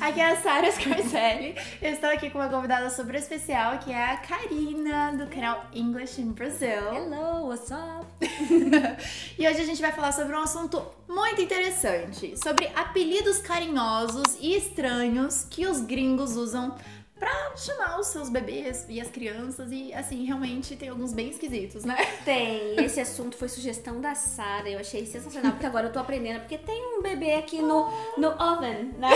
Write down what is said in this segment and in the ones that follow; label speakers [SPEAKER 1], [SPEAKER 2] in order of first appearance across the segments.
[SPEAKER 1] Aqui é a Sara Scarcelli. Eu estou aqui com uma convidada super especial, que é a Karina, do canal English in Brazil.
[SPEAKER 2] Hello, what's up?
[SPEAKER 1] E hoje a gente vai falar sobre um assunto muito interessante, sobre apelidos carinhosos e estranhos que os gringos usam pra chamar os seus bebês e as crianças e assim, realmente tem alguns bem esquisitos, né?
[SPEAKER 2] Tem, e esse assunto foi sugestão da Sara, eu achei sensacional, porque agora eu tô aprendendo, porque tem um bebê aqui no, no oven, né?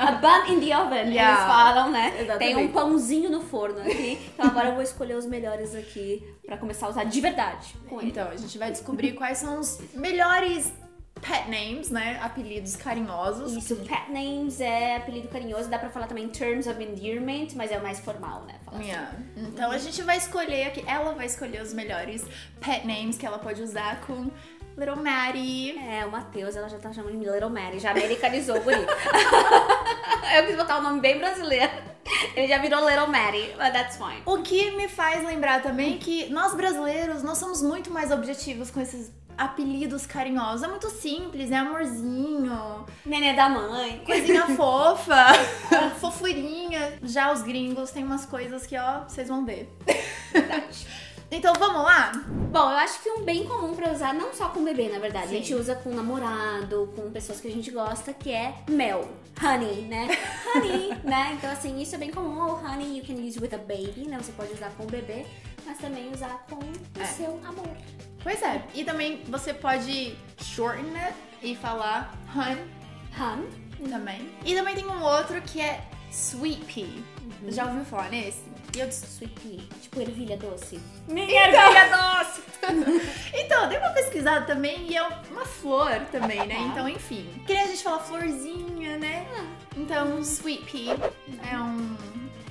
[SPEAKER 2] A bun in the
[SPEAKER 1] Yeah.
[SPEAKER 2] oven, eles falam, né? Tem um
[SPEAKER 1] Exatamente.
[SPEAKER 2] pãozinho no forno aqui, então agora eu vou escolher os melhores aqui pra começar a usar de verdade com ele.
[SPEAKER 1] Então, a gente vai descobrir quais são os melhores pet names, né? Apelidos carinhosos.
[SPEAKER 2] Isso, pet names é apelido carinhoso, dá pra falar também terms of endearment, mas é o mais formal, né? Falar assim.
[SPEAKER 1] Yeah. Então a gente vai escolher aqui, ela vai escolher os melhores pet names que ela pode usar com Little Maddie.
[SPEAKER 2] É, o Matheus, ela já tá chamando de Little Mary, já americanizou bonito. Eu quis botar um nome bem brasileiro. Ele já virou Little Mary, but that's fine.
[SPEAKER 1] O que me faz lembrar também que nós brasileiros, nós somos muito mais objetivos com esses apelidos carinhosos. É muito simples, é amorzinho,
[SPEAKER 2] Nenê da mãe.
[SPEAKER 1] coisinha fofa, fofurinha. Já os gringos têm umas coisas que, ó, vocês vão ver. então vamos lá?
[SPEAKER 2] Bom, eu acho que um bem comum pra usar, não só com bebê, na verdade. A gente usa com namorado, com pessoas que a gente gosta, que é mel. Honey, né? Honey, né? Então, assim, isso é bem comum. Oh, honey, you can use with a baby, né? Você pode usar com o bebê, mas também usar com o
[SPEAKER 1] É.
[SPEAKER 2] seu amor.
[SPEAKER 1] Pois é, e também você pode shorten it e falar hun
[SPEAKER 2] Hun,
[SPEAKER 1] também. E também tem um outro que é sweet pea. Já ouviu falar nesse? E eu disse,
[SPEAKER 2] sweet pea, tipo ervilha doce.
[SPEAKER 1] Minha ervilha doce! então, dei uma pesquisada também e é uma flor também, né?
[SPEAKER 2] Tá.
[SPEAKER 1] Então, enfim. Que nem a gente fala florzinha, né? Então, sweet pea é um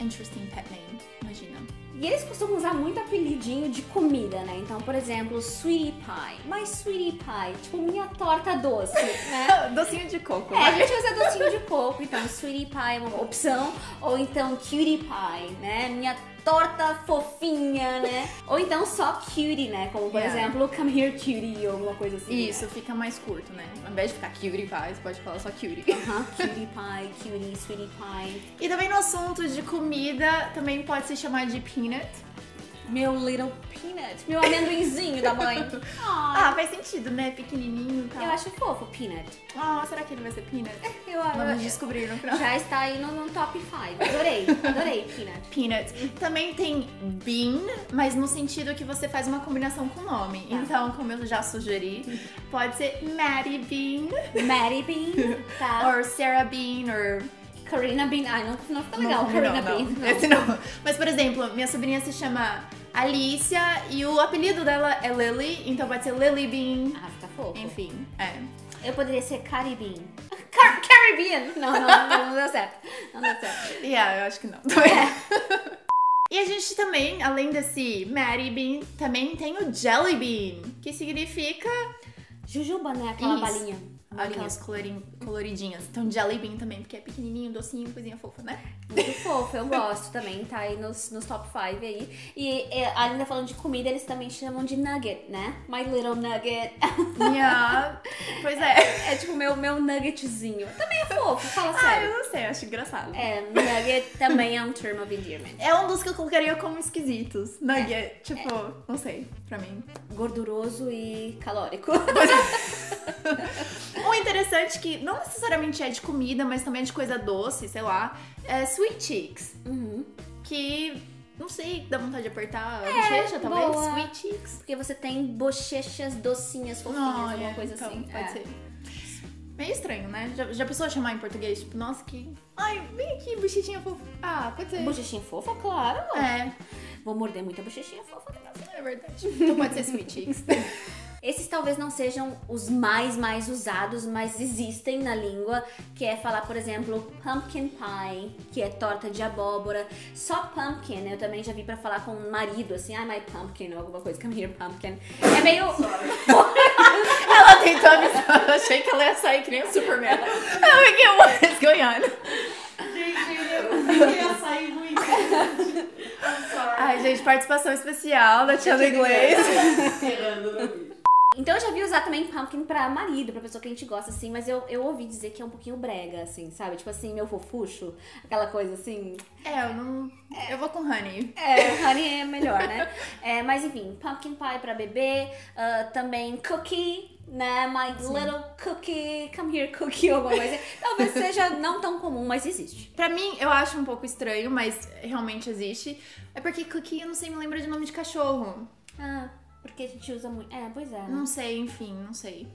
[SPEAKER 1] interesting pet name, imagina.
[SPEAKER 2] E eles costumam usar muito apelidinho de comida, né? Então, por exemplo, sweetie pie. Mas sweetie pie, tipo minha torta doce, né?
[SPEAKER 1] Docinho de coco,
[SPEAKER 2] É, a gente usa docinho de coco, então sweetie pie é uma opção, ou então cutie pie, né? Minha torta fofinha, né? Ou então só cutie, né? Como por
[SPEAKER 1] Yeah.
[SPEAKER 2] exemplo, come here cutie, ou alguma coisa assim.
[SPEAKER 1] Isso,
[SPEAKER 2] Né?
[SPEAKER 1] fica mais curto, né? Ao invés de ficar cutie pie, você pode falar só cutie.
[SPEAKER 2] Aham, cutie pie, cutie, sweetie pie.
[SPEAKER 1] E também no assunto de comida, também pode se chamar de peanut.
[SPEAKER 2] Meu little peanut, meu amendoinzinho da mãe. Ah,
[SPEAKER 1] Ah, faz sentido, né? Pequenininho e tal.
[SPEAKER 2] eu acho fofo, peanut.
[SPEAKER 1] Ah, será que ele vai ser peanut?
[SPEAKER 2] Eu amo.
[SPEAKER 1] Vamos descobrir no final.
[SPEAKER 2] Já está aí no, no top 5. Adorei, adorei, Peanut.
[SPEAKER 1] Peanut. Também tem bean, mas no sentido que você faz uma combinação com o nome.
[SPEAKER 2] Tá.
[SPEAKER 1] Então, como eu já sugeri, pode ser Maddie Bean,
[SPEAKER 2] Mary Bean, tá?
[SPEAKER 1] ou Sarah Bean, or...
[SPEAKER 2] Karina Bean. Ai, não, não fica legal,
[SPEAKER 1] não,
[SPEAKER 2] Karina
[SPEAKER 1] não,
[SPEAKER 2] Bean.
[SPEAKER 1] não.
[SPEAKER 2] não.
[SPEAKER 1] Esse não. Mas, por exemplo, minha sobrinha se chama Alicia e o apelido dela é Lily, então pode ser Lily Bean.
[SPEAKER 2] Ah, fica fofo.
[SPEAKER 1] é Enfim, é.
[SPEAKER 2] Eu poderia ser Cari Bean. Car Caribbean! Não, não, não, não deu certo. Não deu certo.
[SPEAKER 1] Yeah, eu acho que não. É. E a gente também, além desse Mary Bean, também tem o Jelly Bean, que significa
[SPEAKER 2] Jujuba, né? Aquela
[SPEAKER 1] Isso.
[SPEAKER 2] balinha. Balinha.
[SPEAKER 1] aquelas colorin- coloridinhas. Então Jelly Bean também, porque é pequenininho, docinho, coisinha fofa, né?
[SPEAKER 2] Muito fofo, eu gosto também, tá aí nos, nos top 5 aí. E, e ainda falando de comida, eles também chamam de nugget, né? My little nugget.
[SPEAKER 1] Yeah. Pois é.
[SPEAKER 2] É tipo meu, meu nuggetzinho. Também é fofo, fala
[SPEAKER 1] Ah,
[SPEAKER 2] sério.
[SPEAKER 1] eu não sei, eu acho engraçado.
[SPEAKER 2] É, nugget também é um term of endearment.
[SPEAKER 1] É um dos que eu colocaria como esquisitos. Nugget, tipo, não sei, pra mim.
[SPEAKER 2] Gorduroso e calórico.
[SPEAKER 1] Um interessante que não necessariamente é de comida, mas também é de coisa doce, sei lá, é Sweet Cheeks.
[SPEAKER 2] Uhum.
[SPEAKER 1] Que, não sei, dá vontade de apertar a bochecha, talvez.
[SPEAKER 2] boa.
[SPEAKER 1] Sweet Cheeks.
[SPEAKER 2] Porque você tem bochechas docinhas, fofinhas, alguma
[SPEAKER 1] Olha,
[SPEAKER 2] coisa
[SPEAKER 1] então,
[SPEAKER 2] assim.
[SPEAKER 1] Pode
[SPEAKER 2] É.
[SPEAKER 1] ser. Meio estranho, né? Já, já pensou chamar em português? Tipo, nossa, que. Ai, vem aqui, bochechinha fofa. Ah, pode ser.
[SPEAKER 2] Bochechinha fofa, claro.
[SPEAKER 1] É,
[SPEAKER 2] Vou morder muita bochechinha fofa.
[SPEAKER 1] é verdade. Então pode ser Sweet Cheeks.
[SPEAKER 2] Esses talvez não sejam os mais, mais usados, mas existem na língua, que é falar, por exemplo, pumpkin pie, que é torta de abóbora. Só pumpkin, eu também já vi pra falar com um marido, assim, ah, my pumpkin, ou alguma coisa, come here, pumpkin. É meio...
[SPEAKER 1] ela tentou avisar, eu achei que ela ia sair que nem o Superman. Eu fiquei, um what is going on?
[SPEAKER 3] Gente, eu queria sair ruim. gente. I'm sorry.
[SPEAKER 1] Ai, gente, participação especial da Tia do Inglês.
[SPEAKER 3] Esperando, né, bicho?
[SPEAKER 2] Então eu já vi usar também pumpkin pra marido, pra pessoa que a gente gosta, assim, mas eu, eu ouvi dizer que é um pouquinho brega, assim, sabe? Tipo assim, meu fofucho, aquela coisa assim.
[SPEAKER 1] É, eu não. Eu vou com honey.
[SPEAKER 2] É, honey é melhor, né? É, mas enfim, pumpkin pie pra bebê, ah, também cookie, né? My little cookie, come here cookie, alguma coisa. Talvez seja não tão comum, mas existe.
[SPEAKER 1] Pra mim, eu acho um pouco estranho, mas realmente existe. É porque cookie eu não sei, me lembra de nome de cachorro.
[SPEAKER 2] Ah, porque a gente usa muito. É, pois é. né?
[SPEAKER 1] Não sei, enfim, não sei.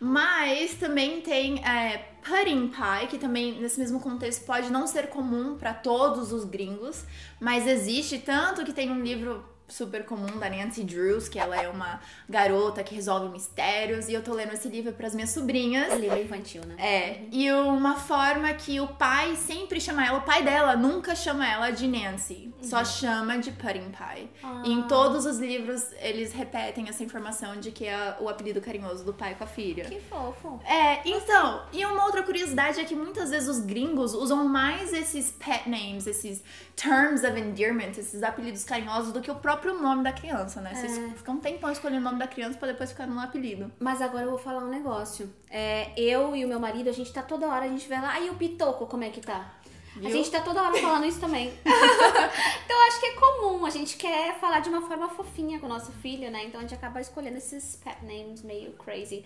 [SPEAKER 1] Mas também tem é, pudding pie, que também nesse mesmo contexto pode não ser comum pra todos os gringos, mas existe tanto que tem um livro super comum da Nancy Drews, que ela é uma garota que resolve mistérios, e eu tô lendo esse livro pras minhas sobrinhas.
[SPEAKER 2] É livro infantil, né?
[SPEAKER 1] É, e uma forma que o pai sempre chama ela, o pai dela nunca chama ela de Nancy, só chama de Pudding Pie. E em todos os livros eles repetem essa informação de que é o apelido carinhoso do pai é com a filha.
[SPEAKER 2] Que fofo.
[SPEAKER 1] É, então, e uma outra curiosidade é que muitas vezes os gringos usam mais esses pet names, esses terms of endearment, esses apelidos carinhosos, do que o próprio nome da criança, né? Vocês ficam um tempão escolhendo o nome da criança pra depois ficar no apelido.
[SPEAKER 2] Mas agora eu vou falar um negócio. É, eu e o meu marido, a gente tá toda hora, a gente vai lá, aí o Pitoco, como é que tá? A
[SPEAKER 1] Viu?
[SPEAKER 2] gente tá toda hora falando isso também. então eu acho que é comum, a gente quer falar de uma forma fofinha com o nosso filho, né? Então a gente acaba escolhendo esses pet names meio crazy.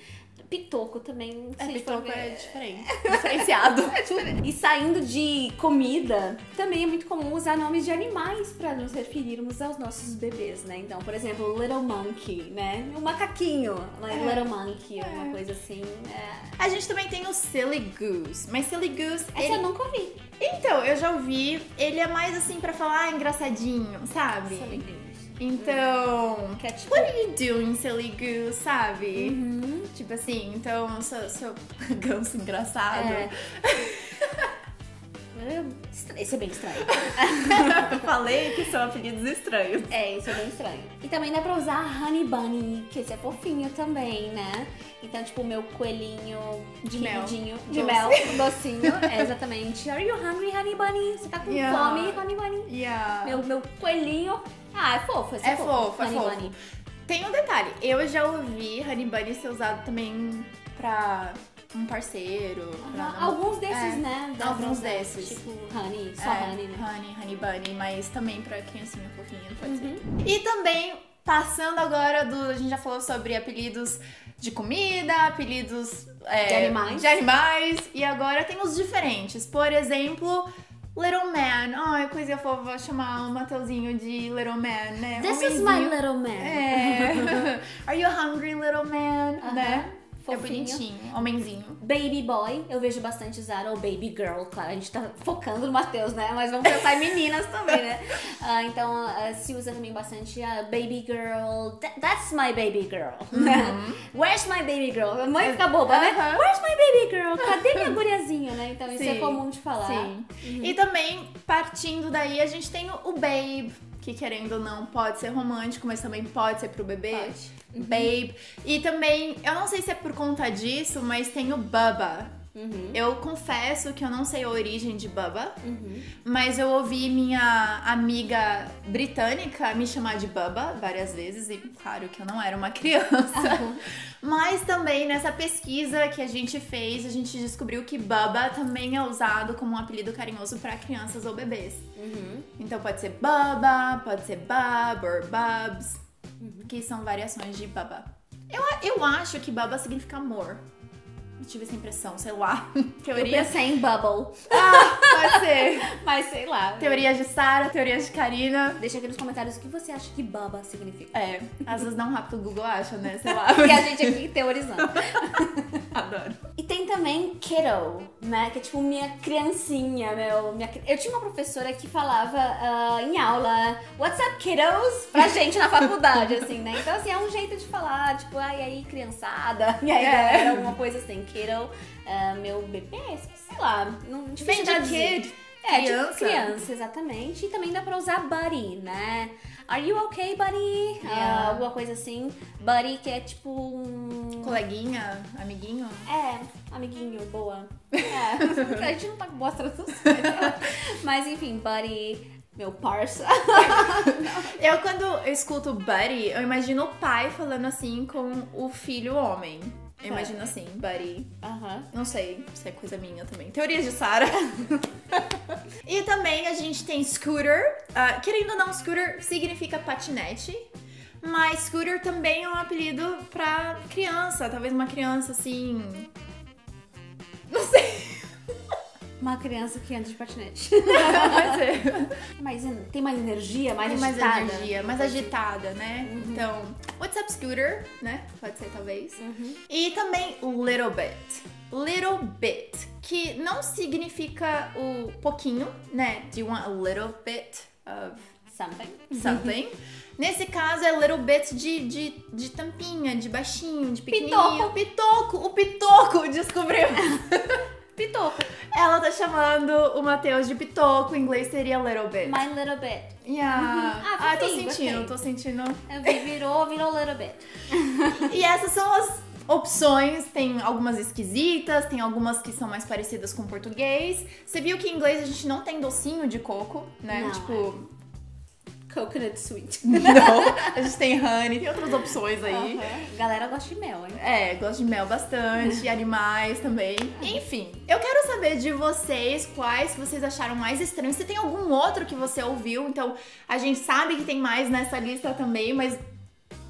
[SPEAKER 2] Pitoco também. se a
[SPEAKER 1] É,
[SPEAKER 2] gente for
[SPEAKER 1] pitoco é
[SPEAKER 2] ver-
[SPEAKER 1] diferente, diferenciado.
[SPEAKER 2] E saindo de comida, também é muito comum usar nomes de animais pra nos referirmos aos nossos bebês, né? Então, por exemplo, Little Monkey, né? O macaquinho, like
[SPEAKER 1] É.
[SPEAKER 2] Little Monkey,
[SPEAKER 1] É.
[SPEAKER 2] alguma coisa assim. É.
[SPEAKER 1] A gente também tem o Silly Goose, mas Silly Goose,
[SPEAKER 2] Essa
[SPEAKER 1] ele-
[SPEAKER 2] eu nunca ouvi.
[SPEAKER 1] então, eu já ouvi, ele é mais assim pra falar ah, engraçadinho, sabe? Então,
[SPEAKER 2] Que é tipo...
[SPEAKER 1] What are you doing, silly goose, sabe?
[SPEAKER 2] Uhum.
[SPEAKER 1] Tipo assim, então, seu, seu ganso engraçado.
[SPEAKER 2] É. Estra- Esse é bem estranho.
[SPEAKER 1] Eu falei que são apelidos estranhos.
[SPEAKER 2] É, isso é bem estranho. E também dá pra usar Honey Bunny, que esse é fofinho também, né? Então, tipo, o meu coelhinho
[SPEAKER 1] De mel.
[SPEAKER 2] queridinho, de
[SPEAKER 1] Doce.
[SPEAKER 2] mel, docinho. é exatamente. Are you hungry, Honey Bunny? Você tá com
[SPEAKER 1] Yeah.
[SPEAKER 2] fome, Honey Bunny?
[SPEAKER 1] Yeah.
[SPEAKER 2] Meu, meu coelhinho. Ah, é fofo, esse é,
[SPEAKER 1] É fofo, é
[SPEAKER 2] Honey
[SPEAKER 1] fofo.
[SPEAKER 2] Bunny.
[SPEAKER 1] Tem um detalhe, eu já ouvi Honey Bunny ser usado também pra um parceiro. pra
[SPEAKER 2] Ah,
[SPEAKER 1] namo-
[SPEAKER 2] Alguns desses,
[SPEAKER 1] É,
[SPEAKER 2] né? dá
[SPEAKER 1] alguns
[SPEAKER 2] pra usar,
[SPEAKER 1] desses.
[SPEAKER 2] Tipo, Honey, só
[SPEAKER 1] É,
[SPEAKER 2] Honey, né?
[SPEAKER 1] Honey, Honey Bunny, mas também pra criancinha fofinha, pode
[SPEAKER 2] Uhum.
[SPEAKER 1] ser. E também, passando agora do... A gente já falou sobre apelidos de comida, apelidos... é,
[SPEAKER 2] De animais.
[SPEAKER 1] De animais. E agora tem os diferentes. Por exemplo... Little Man. Ai, coisa fofa vou chamar o Mateuzinho de Little Man, né?
[SPEAKER 2] This is my
[SPEAKER 1] Homenzinho.
[SPEAKER 2] little man.
[SPEAKER 1] É. Are you hungry, little man?
[SPEAKER 2] Aham.
[SPEAKER 1] Né? É
[SPEAKER 2] Fofinho.
[SPEAKER 1] bonitinho. Homenzinho.
[SPEAKER 2] Baby boy, eu vejo bastante usar, ou baby girl, claro, a gente tá focando no Matheus, né? Mas vamos pensar em meninas também, né? Ah, então ah, se usa também bastante a baby girl, tha- that's my baby girl, né?
[SPEAKER 1] Uhum.
[SPEAKER 2] Where's my baby girl? A mãe fica boba, né?
[SPEAKER 1] Aham.
[SPEAKER 2] Where's my baby girl? Cadê minha guriazinha, né? Então isso é
[SPEAKER 1] Uhum. Sim,
[SPEAKER 2] comum de falar.
[SPEAKER 1] Sim. E também, partindo daí, a gente tem o babe, que querendo ou não, pode ser romântico, mas também pode ser pro bebê. Babe. E também, eu não sei se é por conta disso, mas tem o Bubba.
[SPEAKER 2] Uhum.
[SPEAKER 1] Eu confesso que eu não sei a origem de Bubba,
[SPEAKER 2] Uhum.
[SPEAKER 1] mas eu ouvi minha amiga britânica me chamar de Bubba várias vezes, e claro que eu não era uma criança. Mas também nessa pesquisa que a gente fez, a gente descobriu que Bubba também é usado como um apelido carinhoso para crianças ou bebês.
[SPEAKER 2] Uhum.
[SPEAKER 1] Então pode ser Bubba, pode ser Bub or Bubs,
[SPEAKER 2] Uhum.
[SPEAKER 1] que são variações de Bubba. Eu, a- eu acho que Bubba significa amor. Eu tive essa impressão, sei lá.
[SPEAKER 2] Eu
[SPEAKER 1] Teoria.
[SPEAKER 2] pensei em bubble,
[SPEAKER 1] Ah, pode ser.
[SPEAKER 2] mas sei lá.
[SPEAKER 1] Teorias de Sara, teorias de Karina.
[SPEAKER 2] Deixa aqui nos comentários o que você acha que baba significa.
[SPEAKER 1] É, às vezes dá um rápido Google acha, né? Sei lá.
[SPEAKER 2] Porque a gente aqui teorizando.
[SPEAKER 1] Adoro.
[SPEAKER 2] E tem também kiddo, né? Que é tipo minha criancinha, meu. Minha... cri- Eu tinha uma professora que falava ah, em aula, what's up, kiddos? Pra gente na faculdade, assim, né? Então, assim, é um jeito de falar, tipo, ai, e aí, criançada, e aí,
[SPEAKER 1] É.
[SPEAKER 2] galera, alguma coisa assim. Kiddo, ah, meu bebê, sei lá. Não, tipo,
[SPEAKER 1] Vem de
[SPEAKER 2] difícil traduzir.
[SPEAKER 1] kid.
[SPEAKER 2] É,
[SPEAKER 1] criança.
[SPEAKER 2] tipo criança, exatamente. E também dá pra usar buddy, né? Are you okay, buddy? Ah,
[SPEAKER 1] Yeah.
[SPEAKER 2] alguma coisa assim. Buddy, que é tipo um...
[SPEAKER 1] Coleguinha, amiguinho.
[SPEAKER 2] É, amiguinho, boa. É, a gente não tá com boas traduções. né? Mas enfim, buddy. Meu parça.
[SPEAKER 1] Eu, quando eu escuto buddy, eu imagino o pai falando assim com o filho homem. Eu imagino assim, buddy.
[SPEAKER 2] Aham.
[SPEAKER 1] Não sei se é coisa minha também. Teorias de Sarah. e também a gente tem scooter. Ah, querendo ou não, scooter significa patinete. Mas scooter também é um apelido pra criança. Talvez uma criança assim. Não sei.
[SPEAKER 2] Uma criança que anda de patinete.
[SPEAKER 1] Mas é.
[SPEAKER 2] Mas tem mais energia, mais
[SPEAKER 1] Tem mais
[SPEAKER 2] agitada. Uhum.
[SPEAKER 1] energia, mais agitada, né? Então, what's up, scooter, né? Pode ser talvez.
[SPEAKER 2] Uhum.
[SPEAKER 1] E também little bit. Little bit, que não significa o pouquinho, né? Do you want a little bit of
[SPEAKER 2] Something.
[SPEAKER 1] something? Nesse caso é little bit de, de, de tampinha, de baixinho, de pequenininho. Pitoco. Pitoco, o pitoco, descobrimos.
[SPEAKER 2] Pitoco.
[SPEAKER 1] Ela tá chamando o Matheus de pitoco, em inglês seria little bit.
[SPEAKER 2] My little bit.
[SPEAKER 1] Yeah.
[SPEAKER 2] Uhum. Ah,
[SPEAKER 1] Ah, tô
[SPEAKER 2] gostei,
[SPEAKER 1] sentindo,
[SPEAKER 2] gostei.
[SPEAKER 1] tô sentindo.
[SPEAKER 2] Eu vi- Virou, virou little bit.
[SPEAKER 1] E essas são as opções. Tem algumas esquisitas, tem algumas que são mais parecidas com português. Você viu que em inglês a gente não tem docinho de coco, né?
[SPEAKER 2] Não,
[SPEAKER 1] tipo,
[SPEAKER 2] Coconut sweet.
[SPEAKER 1] não. A gente tem honey, tem outras opções aí.
[SPEAKER 2] Aham. Galera gosta de mel, hein?
[SPEAKER 1] É, gosto de mel bastante, animais também. Enfim, eu quero saber de vocês quais vocês acharam mais estranhos. Se tem algum outro que você ouviu, então a gente sabe que tem mais nessa lista também, mas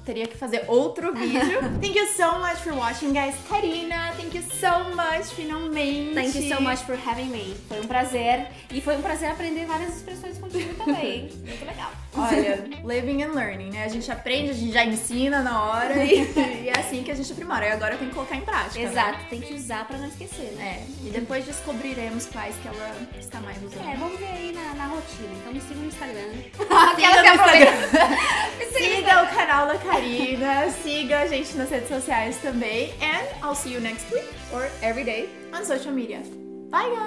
[SPEAKER 1] teria que fazer outro vídeo. thank you so much for watching, guys. Karina, thank you so much, finalmente.
[SPEAKER 2] Thank you so much for having me. Foi um prazer. E foi um prazer aprender várias expressões contigo também. Muito legal.
[SPEAKER 1] Olha, living and learning, né? A gente aprende, a gente já ensina na hora e, e é assim que a gente aprimora. E agora tem que colocar em prática. né?
[SPEAKER 2] Exato, tem que usar pra não esquecer, né?
[SPEAKER 1] É, e depois descobriremos quais que ela está mais usando.
[SPEAKER 2] É, vamos ver aí na, na rotina. Então me siga no Instagram.
[SPEAKER 1] Siga
[SPEAKER 2] Aquela
[SPEAKER 1] no
[SPEAKER 2] que é aproveita.
[SPEAKER 1] Instagram.
[SPEAKER 2] Me siga no
[SPEAKER 1] Siga o canal da Karina, siga a gente nas redes sociais também. And I'll see you next week or every day on social media. Bye, guys!